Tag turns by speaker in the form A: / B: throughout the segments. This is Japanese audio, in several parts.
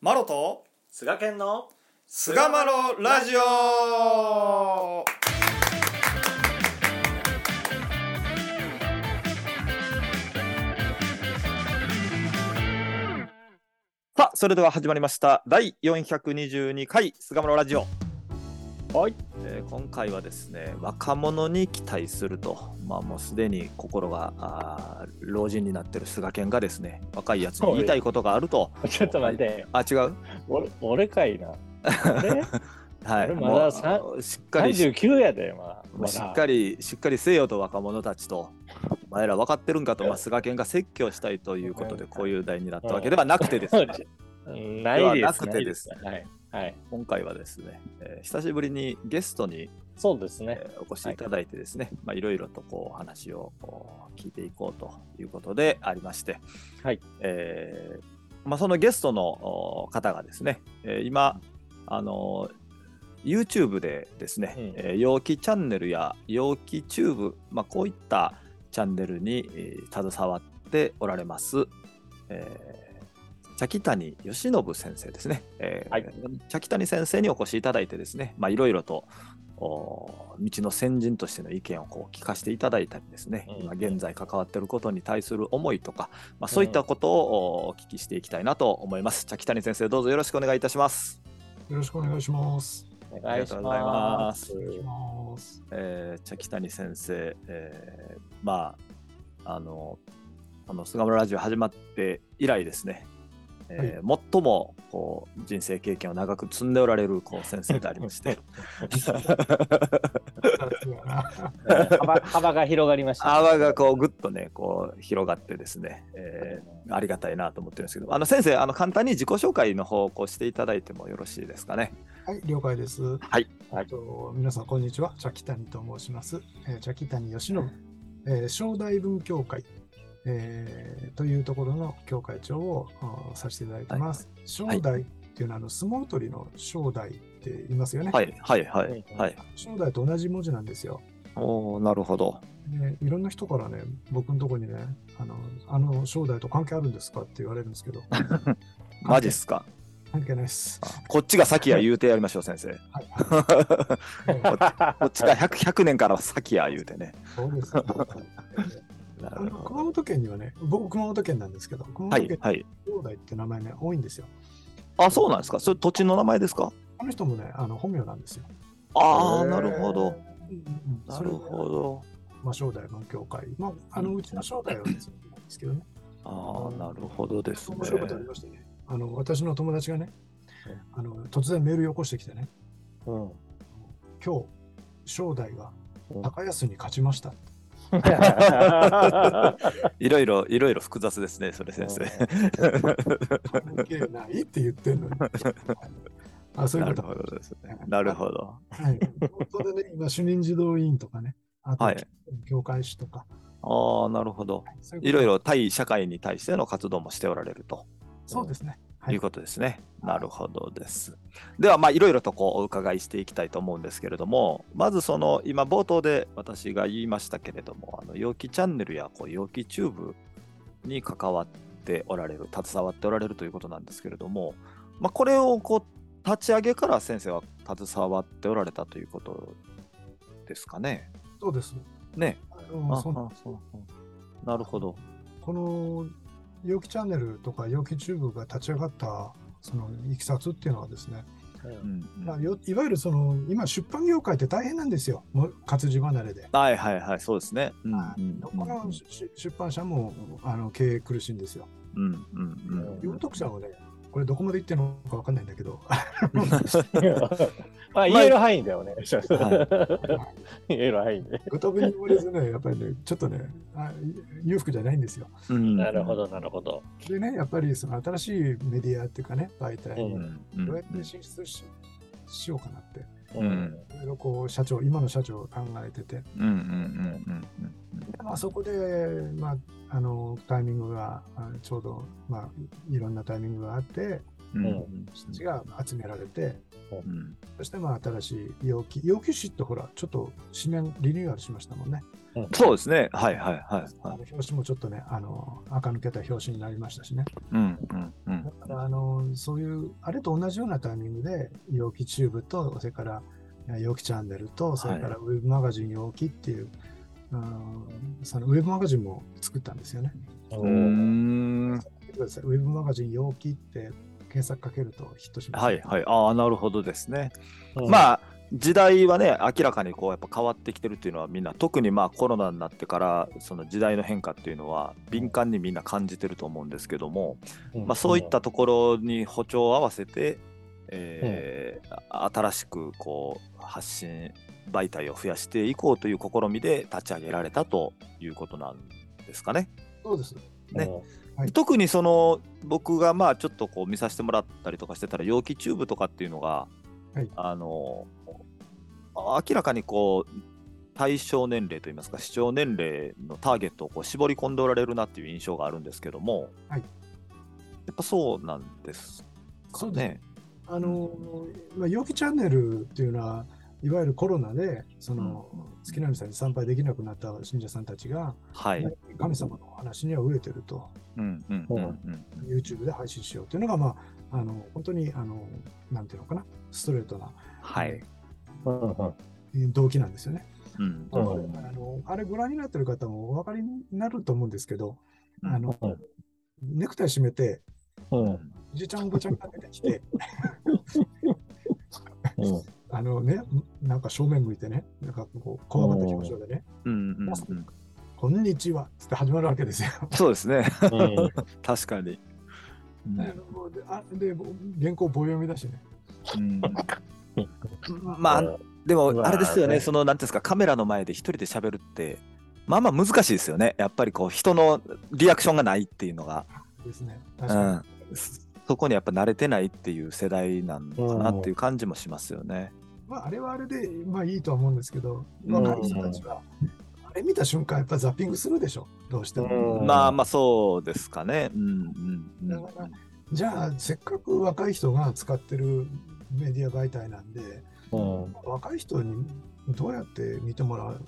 A: マロと
B: 菅健の
A: 菅マロラジオさあそれでは始まりました第422回菅マロラジオ
B: はい、
A: えー今回はですね若者に期待するとまあもうすでに心があー老人になってる菅健がですね若いやつに言いたいことがあると
B: ちょっと待って
A: あ違う
B: 俺俺かい な俺
A: はい、
B: 俺ま
A: もう
B: ださ
A: しっかりし
B: 39やでまだま
A: しっ
B: だ
A: かりしっかりせよと若者たち とお前ら分かってるんかと、まあ、菅健が説教したいということで
B: うん
A: こういう題になったわけではなくてです
B: そ
A: ね
B: うですない
A: では
B: で
A: な
B: す
A: くてです
B: はい、はい、
A: 今回はですね、えー久しぶりにゲストに、
B: そうですね
A: えーお越しいただいてですね、まあいろいろとこうお話をこう聞いていこうということでありまして、
B: はい
A: えーまあ、そのゲストのお方がですね、えー今あのー YouTube でですね、
B: うん
A: えー陽気チャンネルや陽気チューブ、まあ、こういったチャンネルに、えー携わっておられます、えー、茶木谷義信先生ですね、えー
B: はい
A: 茶木谷先生にお越しいただいてですね、まあ、いろいろとお道の先人としての意見をこう聞かせていただいたりですね、
B: うん
A: 今現在関わっていることに対する思いとか、まあ、そういったことをおお聞きしていきたいなと思います。茶木谷先生、どうぞよろしくお願いいたします。
C: よろしくお願いします。
B: お願いし
A: ありがとうございま
B: ますす
C: お願いします。
A: えー、茶木谷先生、えーまああのこの菅村ラジオ始まって以来ですね、えー最もこう人生経験を長く積んでおられるこう先生でありまして、
C: さすがやな
B: 幅幅が広がりました、
A: 泡がこうぐっとねこう広がってですね、えーありがたいなと思ってるんですけど、あの先生あの簡単に自己紹介の方をこうしていただいてもよろしいですかね。
C: はい、了解です。
A: はい。
B: はい
C: えっと皆さん、こんにちは。茶木谷と申します。えー、茶木谷義信、えー、正代文教会、えーというところの教会長をあーさせていただいてます。
A: い
C: 正代っていうのは、あの相撲取りの正代って言いますよね。
A: はいはいはい
B: うん
A: はい。
C: 正代と同じ文字なんですよ。
A: おおなるほど。
C: ね、いろんな人からね、僕のとこにね、あの、あの正代と関係あるんですかって言われるんですけど、
A: マジっすか。
C: 関係ないです。
A: こっちが先や言うてやりましょう先生。
C: はい。
A: こっちが 100, 100年から先や言うてね。
C: そうです、ね。
A: な
C: あ
A: るほ
C: の
A: ど
C: 熊本県にはね、僕、熊本県なんですけど、熊
A: は
C: 本
A: い
C: 県、
A: はい。
C: 兄弟って名前ね、多いんですよ。
A: あ、そうなんですか。それ土地の名前ですか。
C: あの人もね、あの本名なんですよ。
A: ああ、
B: へー
A: なるほど。な
C: そ
A: る
C: れで
A: ほ。ど。
C: まあ、正代文教会。まあ、あのうちの正代は別になんですけどね。
A: ああ、なるほどですね
C: 面。白いことありましたね。あの私の友達がね、あの突然メールよこしてきてね、
B: うん、
C: 今日、正代が高安に勝ちましたって。
A: いろいろ、いろいろ複雑ですね、そ れ先生。
C: 関係ないって言ってん のに。あ、そうい
A: な
C: う
A: る
C: こと。
A: ほどですね。なるほど。
C: はい。本当でね、今、主任児童委員とかね、あと、
A: はい
C: 教会士とか、
A: ああ、なるほど。
C: そううこと
A: いろいろ対社会に対しての活動もしておられると。
C: そうですね。はいいう
A: ことですね。なるほどです。では、まあ、いろいろとこうお伺いしていきたいと思うんですけれども、まずその今冒頭で私が言いましたけれども、あの陽気チャンネルやこう陽気チューブに関わっておられる、携わっておられるということなんですけれども、まあ、これをこう立ち上げから先生は携わっておられたということですかね。
C: そうです。
A: ね。
C: あのその
A: ああそうそうなるほど。
C: この陽気チャンネルとか陽気チューブが立ち上がったそのいきさつっていうのはですね、
A: うんうん
C: まあ、よいわゆるその今出版業界って大変なんですよ、もう活字離れで。
A: はいはいはい、そうですね。うんうんうん
C: どこのし出版社もあの経営苦しいんですよ。
A: うんうんうん
C: 読読者もね、これどこまで行ってるのか分かんないん だけど、
B: まあ言える範囲だよね、
C: は
B: 言える範囲で
C: グタブに漏れずね、やっぱりね、ちょっとね、あ裕福じゃないんですよ。
A: うん
B: なるほどなるほど、
C: でね、やっぱりその新しいメディアっていうかね、媒体
B: う
C: に
B: ん
A: うん
C: どうやって進出し,、しようかなって、
B: うん
C: いろいろこう社長、今の社長考えてて、
A: うんうんうん
C: でまあ、そこで、まあ、あのタイミングがあちょうど、まあ、いろんなタイミングがあって、
A: うん
B: うん
C: たちが集められて、
A: うん
C: そしてまあ新しい容器、容器紙ってほら、ちょっと紙面リニューアルしましたもんね。
A: そうですね。はいはいはい
C: あの
A: はい。
C: 表紙もちょっとね、あの垢抜けた表紙になりましたしね。
A: うんうんうん
C: だからあのそういう、あれと同じようなタイミングで、陽気チューブと、それからえー陽気チャンネルと、それからウェブマガジン陽気っていう、うんそのウェブマガジンも作ったんですよね。
A: うーん。
C: 見てくださいウェブマガジン陽気って検索かけるとヒットします。
A: はいはい。ああ、なるほどですね。
B: うん
A: まあ時代はね明らかにこうやっぱ変わってきてるっていうのはみんな特にまあコロナになってからその時代の変化っていうのは敏感にみんな感じてると思うんですけども、まあ、そういっ、たところに歩調を合わせて、えー新しくこう発信媒体を増やしていこうという試みで立ち上げられたということなんですかね。
C: そうです。
A: ね
B: うん
C: はい
A: 特にその僕がまあちょっとこう見させてもらったりとかしてたら容器チューブとかっていうのが、
C: はい
A: あの明らかにこう対象年齢といいますか視聴年齢のターゲットをこう絞り込んでおられるなっていう印象があるんですけども、
C: はい
A: やっぱそうなんですか
C: そうです
A: ね。
C: あの、まあ、陽気チャンネルっていうのは、いわゆるコロナで、その、月並さんに参拝できなくなった信者さんたちが、
A: はい、
C: 神様のお話には飢えてると、
A: うんうんうんうん
C: YouTube で配信しようというのが、まあ、あの本当にあの、なんていうのかな、ストレートな
A: はい、
B: うんうん
C: 動機なんですよね。
A: うん
B: うん
C: あのあれ、ご覧になってる方もお分かりになると思うんですけど、あの
B: うん
C: ネクタイ締めて、
B: うん
C: おじいちゃん、おばちゃんが出てきて、
B: うん
C: あのね、なんか正面向いてね、なんかこう、こわばった表情でね、
A: うんうんうん
C: こんにちはっつって始まるわけですよ。
A: そうですね
B: うん
A: 確かに。うん
C: あのもう であで、原稿棒読みだしね。
A: うん まあで
B: う
A: も
B: わー
A: あれですよね、
B: ね
A: そのなんていうんですか、カメラの前で一人で喋るって、まあまあ難しいですよね、やっぱりこう、人のリアクションがないっていうのが、
C: ですね。
A: う
C: 確かに。
A: ん、そそこにやっぱ慣れてないっていう世代なのかなっていう感じもしますよね。
C: まあ、あれはあれで、まあいいとは思うんですけど、
A: うん
C: 若い人たちは、あれ見た瞬間、やっぱザッピングするでしょ、どうしても。
B: うん
A: まあまあ、そうですかね。うんうんうん
C: だからじゃあ、せっかく若い人が使ってるメディア媒体なんで、
B: うん
C: 若い人にどうやって見てもらう、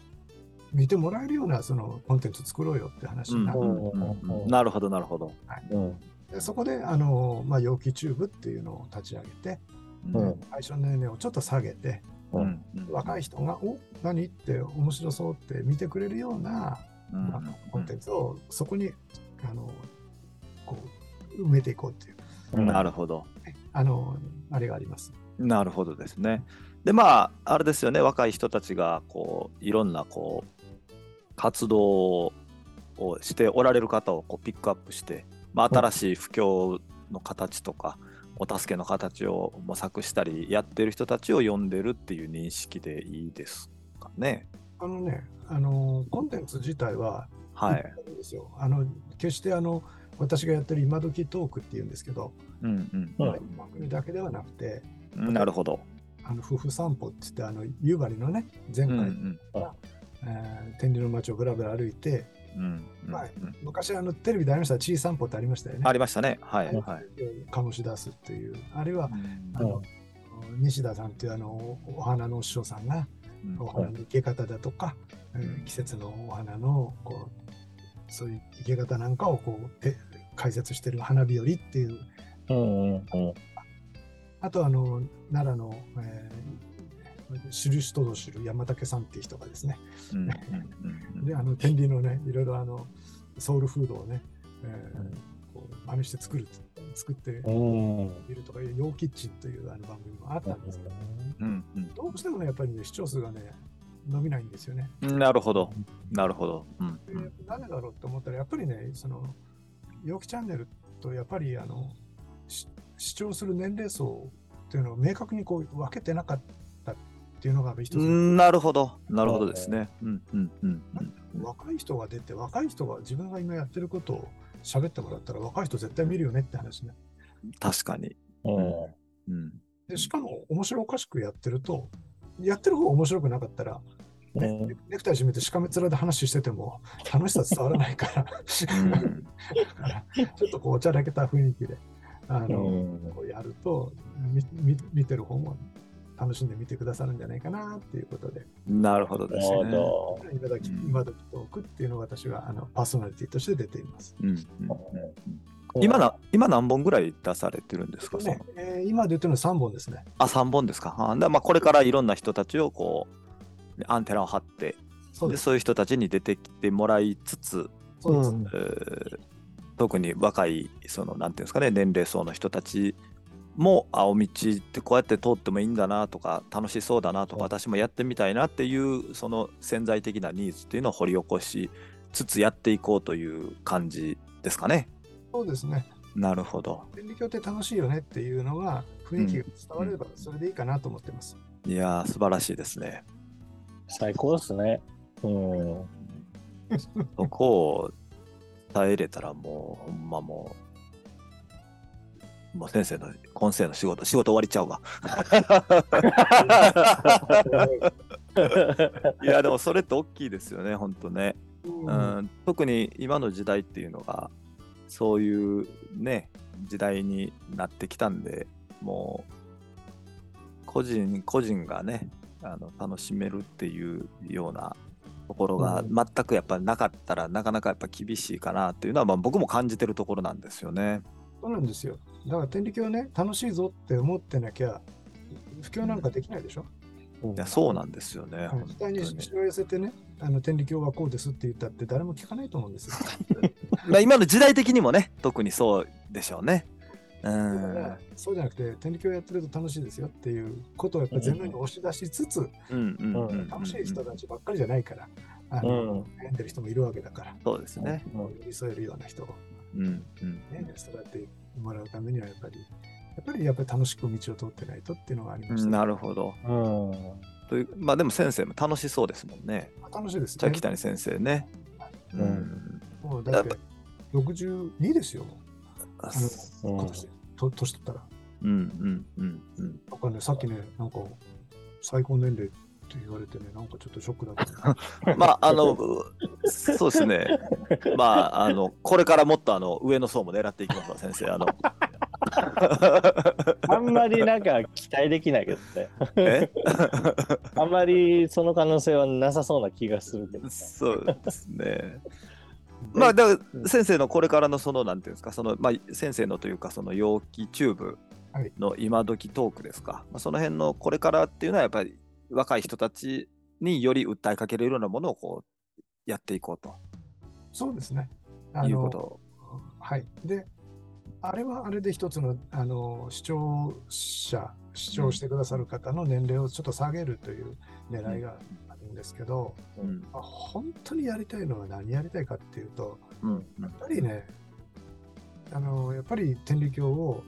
C: 見てもらえるようなそのコンテンツ作ろうよって話になる。
A: うんうんうんなるほど、なるほど。
B: うん
C: でそこで、あの、まあ、陽気チューブっていうのを立ち上げて、
B: うん
C: 最初の年齢をちょっと下げて、
A: うんうん
C: 若い人が、お何って面白そうって見てくれるような
A: うん
C: あのコンテンツをそこにあのこう埋めていこうっていう
B: うん
A: なるほど。
C: あのあれがあります。
A: なるほどですね。でまああれですよね若い人たちがこういろんなこう活動をしておられる方をこうピックアップして、まあ、新しい布教の形とかお助けの形を模索したりやってる人たちを呼んでるっていう認識でいいですかね。
C: あのねあのコンテンツ自体は
A: はい。
C: いいんですよ。あの決してあの私がやってる今時トークっていうんですけど、
A: うん
B: う
C: こ
B: ん
C: の番組だけではなくて
A: うん、なるほど。
C: あの夫婦散歩って言ってあの夕張のね前
A: う
C: 回、
A: んうん
C: えー天竜の街をぶらぶら歩いて
A: うんうん
C: はい昔あのテレビでありました「ちい散歩」ってありましたよね。
A: ありましたね。はいはい。
C: 醸し出すっていうあるいはあ
B: うん
C: の西田さんっていうあのお花のお師匠さんが
A: うん
C: お花の生け方だとか、えー季節のお花のこうそういう生け方なんかをこうえ解説してる花日和っていう
B: うんうんうん
C: あとあの奈良の、えー知る人ぞ知る山竹さんっていう人がですね
A: うんうんうん
C: であの天理のねいろいろあのソウルフードをね、えー
B: うん
C: こう真似して作る作って
B: うん
C: みるとかいう「ヨーキッチン」というあの番組もあったんですけど
A: うんうん
C: どうしてもねやっぱりね視聴数がね伸びないんですよね。
A: なるほど。なるほど。うん
C: でなんでだろうって思ったらやっぱりねその陽気チャンネルとやっぱりあのし視聴する年齢層っていうのを明確にこう分けてなかったっていうのが一つ、
A: うんなるほど。なるほどですね。うんうんうん
C: 若い人が出て若い人が自分が今やってることを喋ってもらったら若い人絶対見るよねって話ね。
A: うん。確かに。
B: うん
A: うん。
C: でしかも面白おかしくやってるとやってる方が面白くなかったらねネネクタイ締めてしかめ面で話してても楽しさ伝わらないから
A: うん
C: だからちょっとこうおちゃらけた雰囲気であ
B: う
C: の、
B: ん
C: こうやるとみみ見てる方も楽しんで見てくださるんじゃないかなっていうことで
A: なるほどです
B: な
A: ね
B: る。ほ
C: 今だき
A: うん
C: 今だきトークっていうのが私はあのパーソナリティとして出ています。
A: うんうん
B: ど
A: 今な今何本ぐらい出されてるんですか、その
C: ねえー今で言ってるの3本ですね。
A: あ3本ですか。あだまあこれからいろんな人たちをこうアンテナを張って
C: そう
A: で
C: です。
A: そういう人たちに出てきてもらいつつ、
C: そうです。
A: えー特に若いそのなんていうんですかね年齢層の人たちも青道ってこうやって通ってもいいんだなとか楽しそうだなとか
B: うん
A: 私もやってみたいなっていうその潜在的なニーズっていうのを掘り起こしつつやっていこうという感じですかね。
C: そうですね。
A: なるほど。
C: 天理教って楽しいよねっていうのが雰囲気が伝わればそれでいいかなと思っ てます。
A: いやー素晴らしいですね。
B: 最高ですね。うん。
A: そこを耐えれたらもう、ほんまもう、もう先生の、今世の仕事、仕事終わりちゃうわ。 いや、でもそれって大きいですよね、ほんとね。
C: うん
A: うん、特に今の時代っていうのが、そういうね、時代になってきたんで、もう、個人、個人がね、あの楽しめるっていうようなところが
B: うん
A: 全くやっぱりなかったらなかなかやっぱ厳しいかなっていうのはまあ僕も感じてるところなんですよね。
C: そうなんですよ。だから天理教ね、楽しいぞって思ってなきゃ、布教なんかできないでしょ。
A: いやそうなんですよね。
C: 時代に
A: 本当
C: しわ寄せてね、あの天理教はこうですって言ったって誰も聞かないと思うんですよ。
A: まあ今の時代的にもね特にそうでしょうね。う
C: だから
A: ん。
C: そうじゃなくて、天理教やってると楽しいですよっていうことをやっぱ全面に押し出しつつ、
A: うんうんうんうん
C: 楽しい人たちばっかりじゃないから、あ
B: う
C: の
B: ん。
C: 悩んでる人もいるわけだから、
A: そうですね。
C: 寄り添えるような人を、
A: うんうん。
C: ね、育ててもらうためにはやっぱり、やっぱりやっぱり楽しく道を通ってないとっていうのがありました。
A: なるほど。
B: うん。
A: というまあでも先生も楽しそうですもんね。
C: 楽しいですね。
A: 北谷先生ね。
B: うん
A: うん。
C: もうだって62ですよ、
A: あ
C: あの
B: うん
C: 今年、と年取ったら。
A: うんうんうんうん。
C: なんかね、さっきね、なんか最高年齢って言われてね、なんかちょっとショックだ った。
A: まあ、あの、そうですね。まあ、あの、これからもっとあの上の層も狙っていきますわ、先生。あ の、
B: あんまりなんか期待できないけどね。
A: え
B: あんまりその可能性はなさそうな気がするけどね。
A: そうですね。まあ、だから先生のこれからのその、なんていうんですか、その、まあ、先生のというか、その、陽気チューブの今時トークですか。まあその辺のこれからっていうのは、やっぱり若い人たちにより訴えかけれるようなものを、こう、やっていこうと
C: そうですね。あ
A: いう
C: の
A: ことを。
C: はい。で、あれはあれで一つの、あの、視聴者、視聴してくださる方の年齢をちょっと下げるという狙いがあるんですけど、
A: うん。
C: まあ本当にやりたいのは何やりたいかっていうと、
A: うん。
C: やっぱりね、あの、やっぱり天理教を、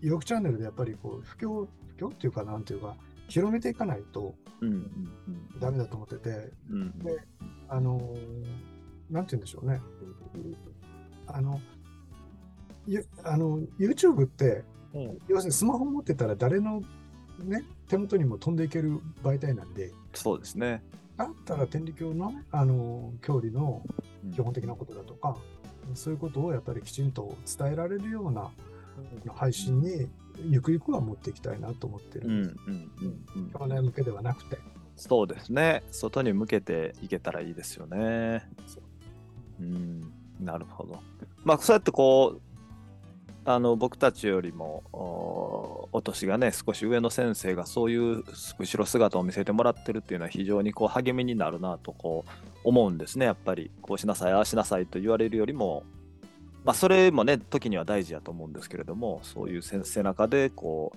C: ヨークチャンネルでやっぱりこう、布教、布教っていうかなんていうか、広めていかないと
A: うん。
C: ダメだと思ってて、
A: うん。うん。
C: あのなんて言うんでしょうね。あの、ゆあの YouTube って、
B: うん
C: 要するにスマホ持ってたら誰の、ね、手元にも飛んでいける媒体なんで、
A: そうですね。
C: だったら天理教の,、ね、あの教理の
A: うん
C: 基本的なことだとか、そういうことをやっぱりきちんと伝えられるような配信に、ゆくゆくは持っていきたいなと思ってる
A: うんん
C: です。
A: うんうんうん
C: 去年向けではなくて、
A: そうですね。外に向けていけたらいいですよね。うん、なるほど。まあ、そうやってこう、あの僕たちよりもおお年がね少し上の先生がそういう後ろ姿を見せてもらってるっていうのは非常にこう励みになるなとこう思うんですねやっぱりこうしなさいああしなさいと言われるよりもまあそれもね時には大事やと思うんですけれどもそういうせ背中でこ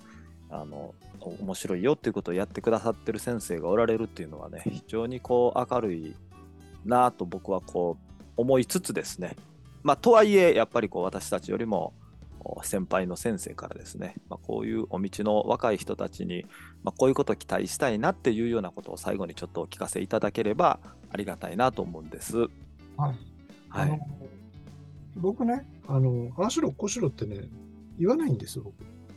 A: うあの面白いよっていうことをやってくださってる先生がおられるっていうのはね非常にこう明るいなと僕はこう思いつつですねまあとはいえやっぱりこう私たちよりもお先輩の先生からですね、まあ、こういうお道の若い人たちに、まあ、こういうことを期待したいなっていうようなことを最後にちょっとお聞かせいただければありがたいなと思うんです。
C: はい
A: は
C: あの
A: い。
C: 僕ね、あの、ああしろこうしろってね、言わないんですよ、僕。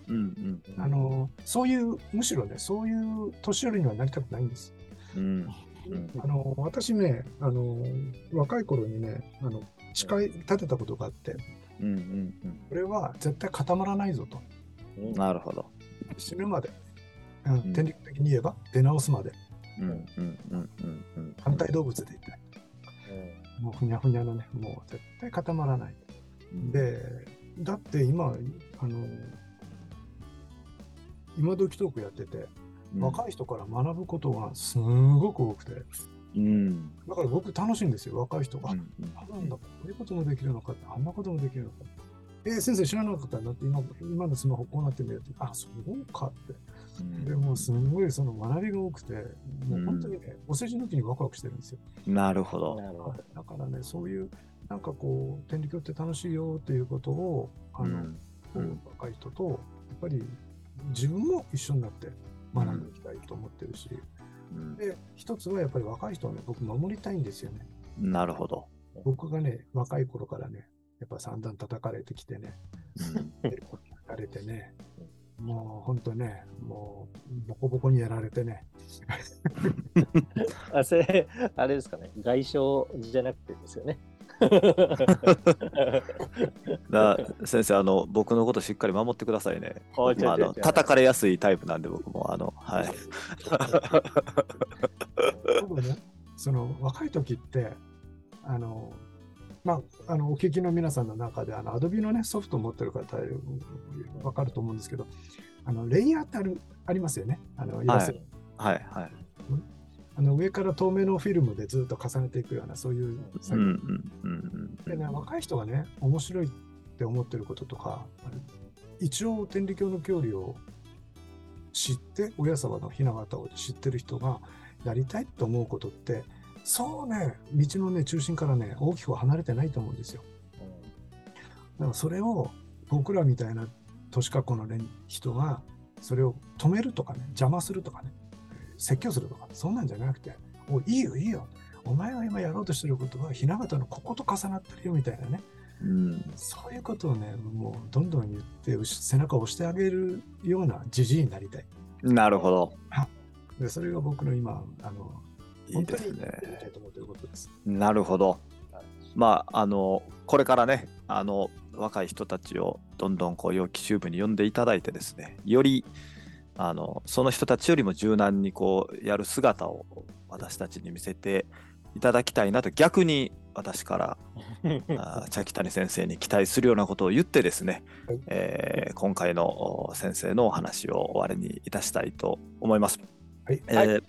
A: うんうんうん
C: あ、の、そういう、むしろね、そういう年寄りにはなりたくないんです。
A: うんうん
C: あの、私ね、あの、若い頃にね、あの、誓い立てたことがあって、
A: うんうん
C: これは絶対固まらないぞと。
B: う
A: うんん。なるほど。
C: 死ぬまで、うん
A: ん
C: 天理的に言えば出直すまで
A: うんうんうんうんうん。
C: 反対動物で言って
B: うん
C: もうふにゃふにゃのねもう絶対固まらないでだって今あの今時トークやってて、
A: うん、
C: 若い人から学ぶことがすごく多くて
A: うん。
C: だから僕楽しいんですよ若い人が、
A: う
C: あ
A: ん
C: なんだこういうこともできるのかってあんなこともできるのかえー先生知らなかったんだって今今のスマホこうなってんだよってあそうかって
A: うん
C: でもうすごいその学びが多くて、もう本当にね、お世辞の時にワクワクしてるんですよ。
A: なるほど。
B: なるほど。
C: だからね、そういう、なんかこう、天理教って楽しいよっていうことを、あの、
A: うん
C: こう
A: うん
C: 若い人と、やっぱり自分も一緒になって学んでいきたいと思ってるし、
A: うん
C: で、一つはやっぱり若い人はね、僕守りたいんですよね。
A: なるほど。
C: 僕がね、若い頃からね、やっぱ散々叩かれてきてね、 叩かれてね、もう本当ね、もうボコボコにやられてね、
B: あ、それ、あれですかね。外傷じゃなくてで すよね。
A: だ先生あの、僕のことしっかり守ってくださいね。
B: あ違う
A: まああ
B: 違う違
A: の
B: う
A: 叩かれやすいタイプなんで、僕も。あのはい、
C: 僕ね、その若い時って、あの、まあ、あのお聞きの皆さんの中で、あのアドビの、ね、ソフトを持ってる方、わかると思うんですけど、あのレイヤーってあるありますよね。あのイラスト
B: い
A: はい、はい。
C: あの上から透明のフィルムでずっと重ねていくような、そういう
A: う
C: 作
A: んう
C: 業、
A: んうんう
C: でね。
A: ん
C: 若い人がね、面白いって思ってることとか、あの一応、天理教の教理を知って、親様の雛形を知ってる人がやりたいと思うことって、そうね、道のね、中心からね、大きくは離れてないと思うんですよ。だからそれを僕らみたいな年格好の連人がそれを止めるとかね邪魔するとかね説教するとかそんなんじゃなくて「おいいいよいいよお前が今やろうとしてることは雛形のここと重なってるよ」みたいなね
A: うん
C: そういうことをねもうどんどん言ってうし背中を押してあげるようなじじいになりたい
A: なるほど。
C: でそれが僕の今あの
A: いい
C: 本当
A: で
C: に
A: すね
C: や。りたいと思ってることです。
A: なるほど。まあ、あの、これからね、あの、若い人たちをどんどんこう、陽気チューブに呼んでいただいてですね、より、あの、その人たちよりも柔軟にこう、やる姿を私たちに見せていただきたいなと、逆に私から、 あー茶木谷先生に期待するようなことを言ってですね、
C: はい
A: えー今回のお先生のお話を終わりにいたしたいと思います。
C: はい
A: えー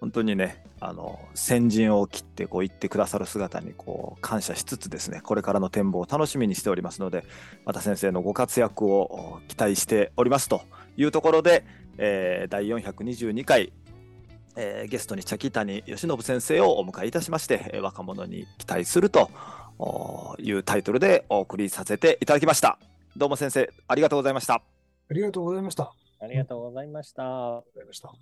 A: 本当にねあの先陣を切ってこう行ってくださる姿にこう感謝しつつですねこれからの展望を楽しみにしておりますのでまた先生のご活躍をお期待しておりますというところで、えー第422回、えーゲストに茶木谷義信先生をお迎えいたしましてえー若者に期待するとおいうタイトルでお送りさせていただきましたどうも先生ありがとうございました
C: ありがとうございました。あ
B: ありがとうございました。
C: りがとうございました。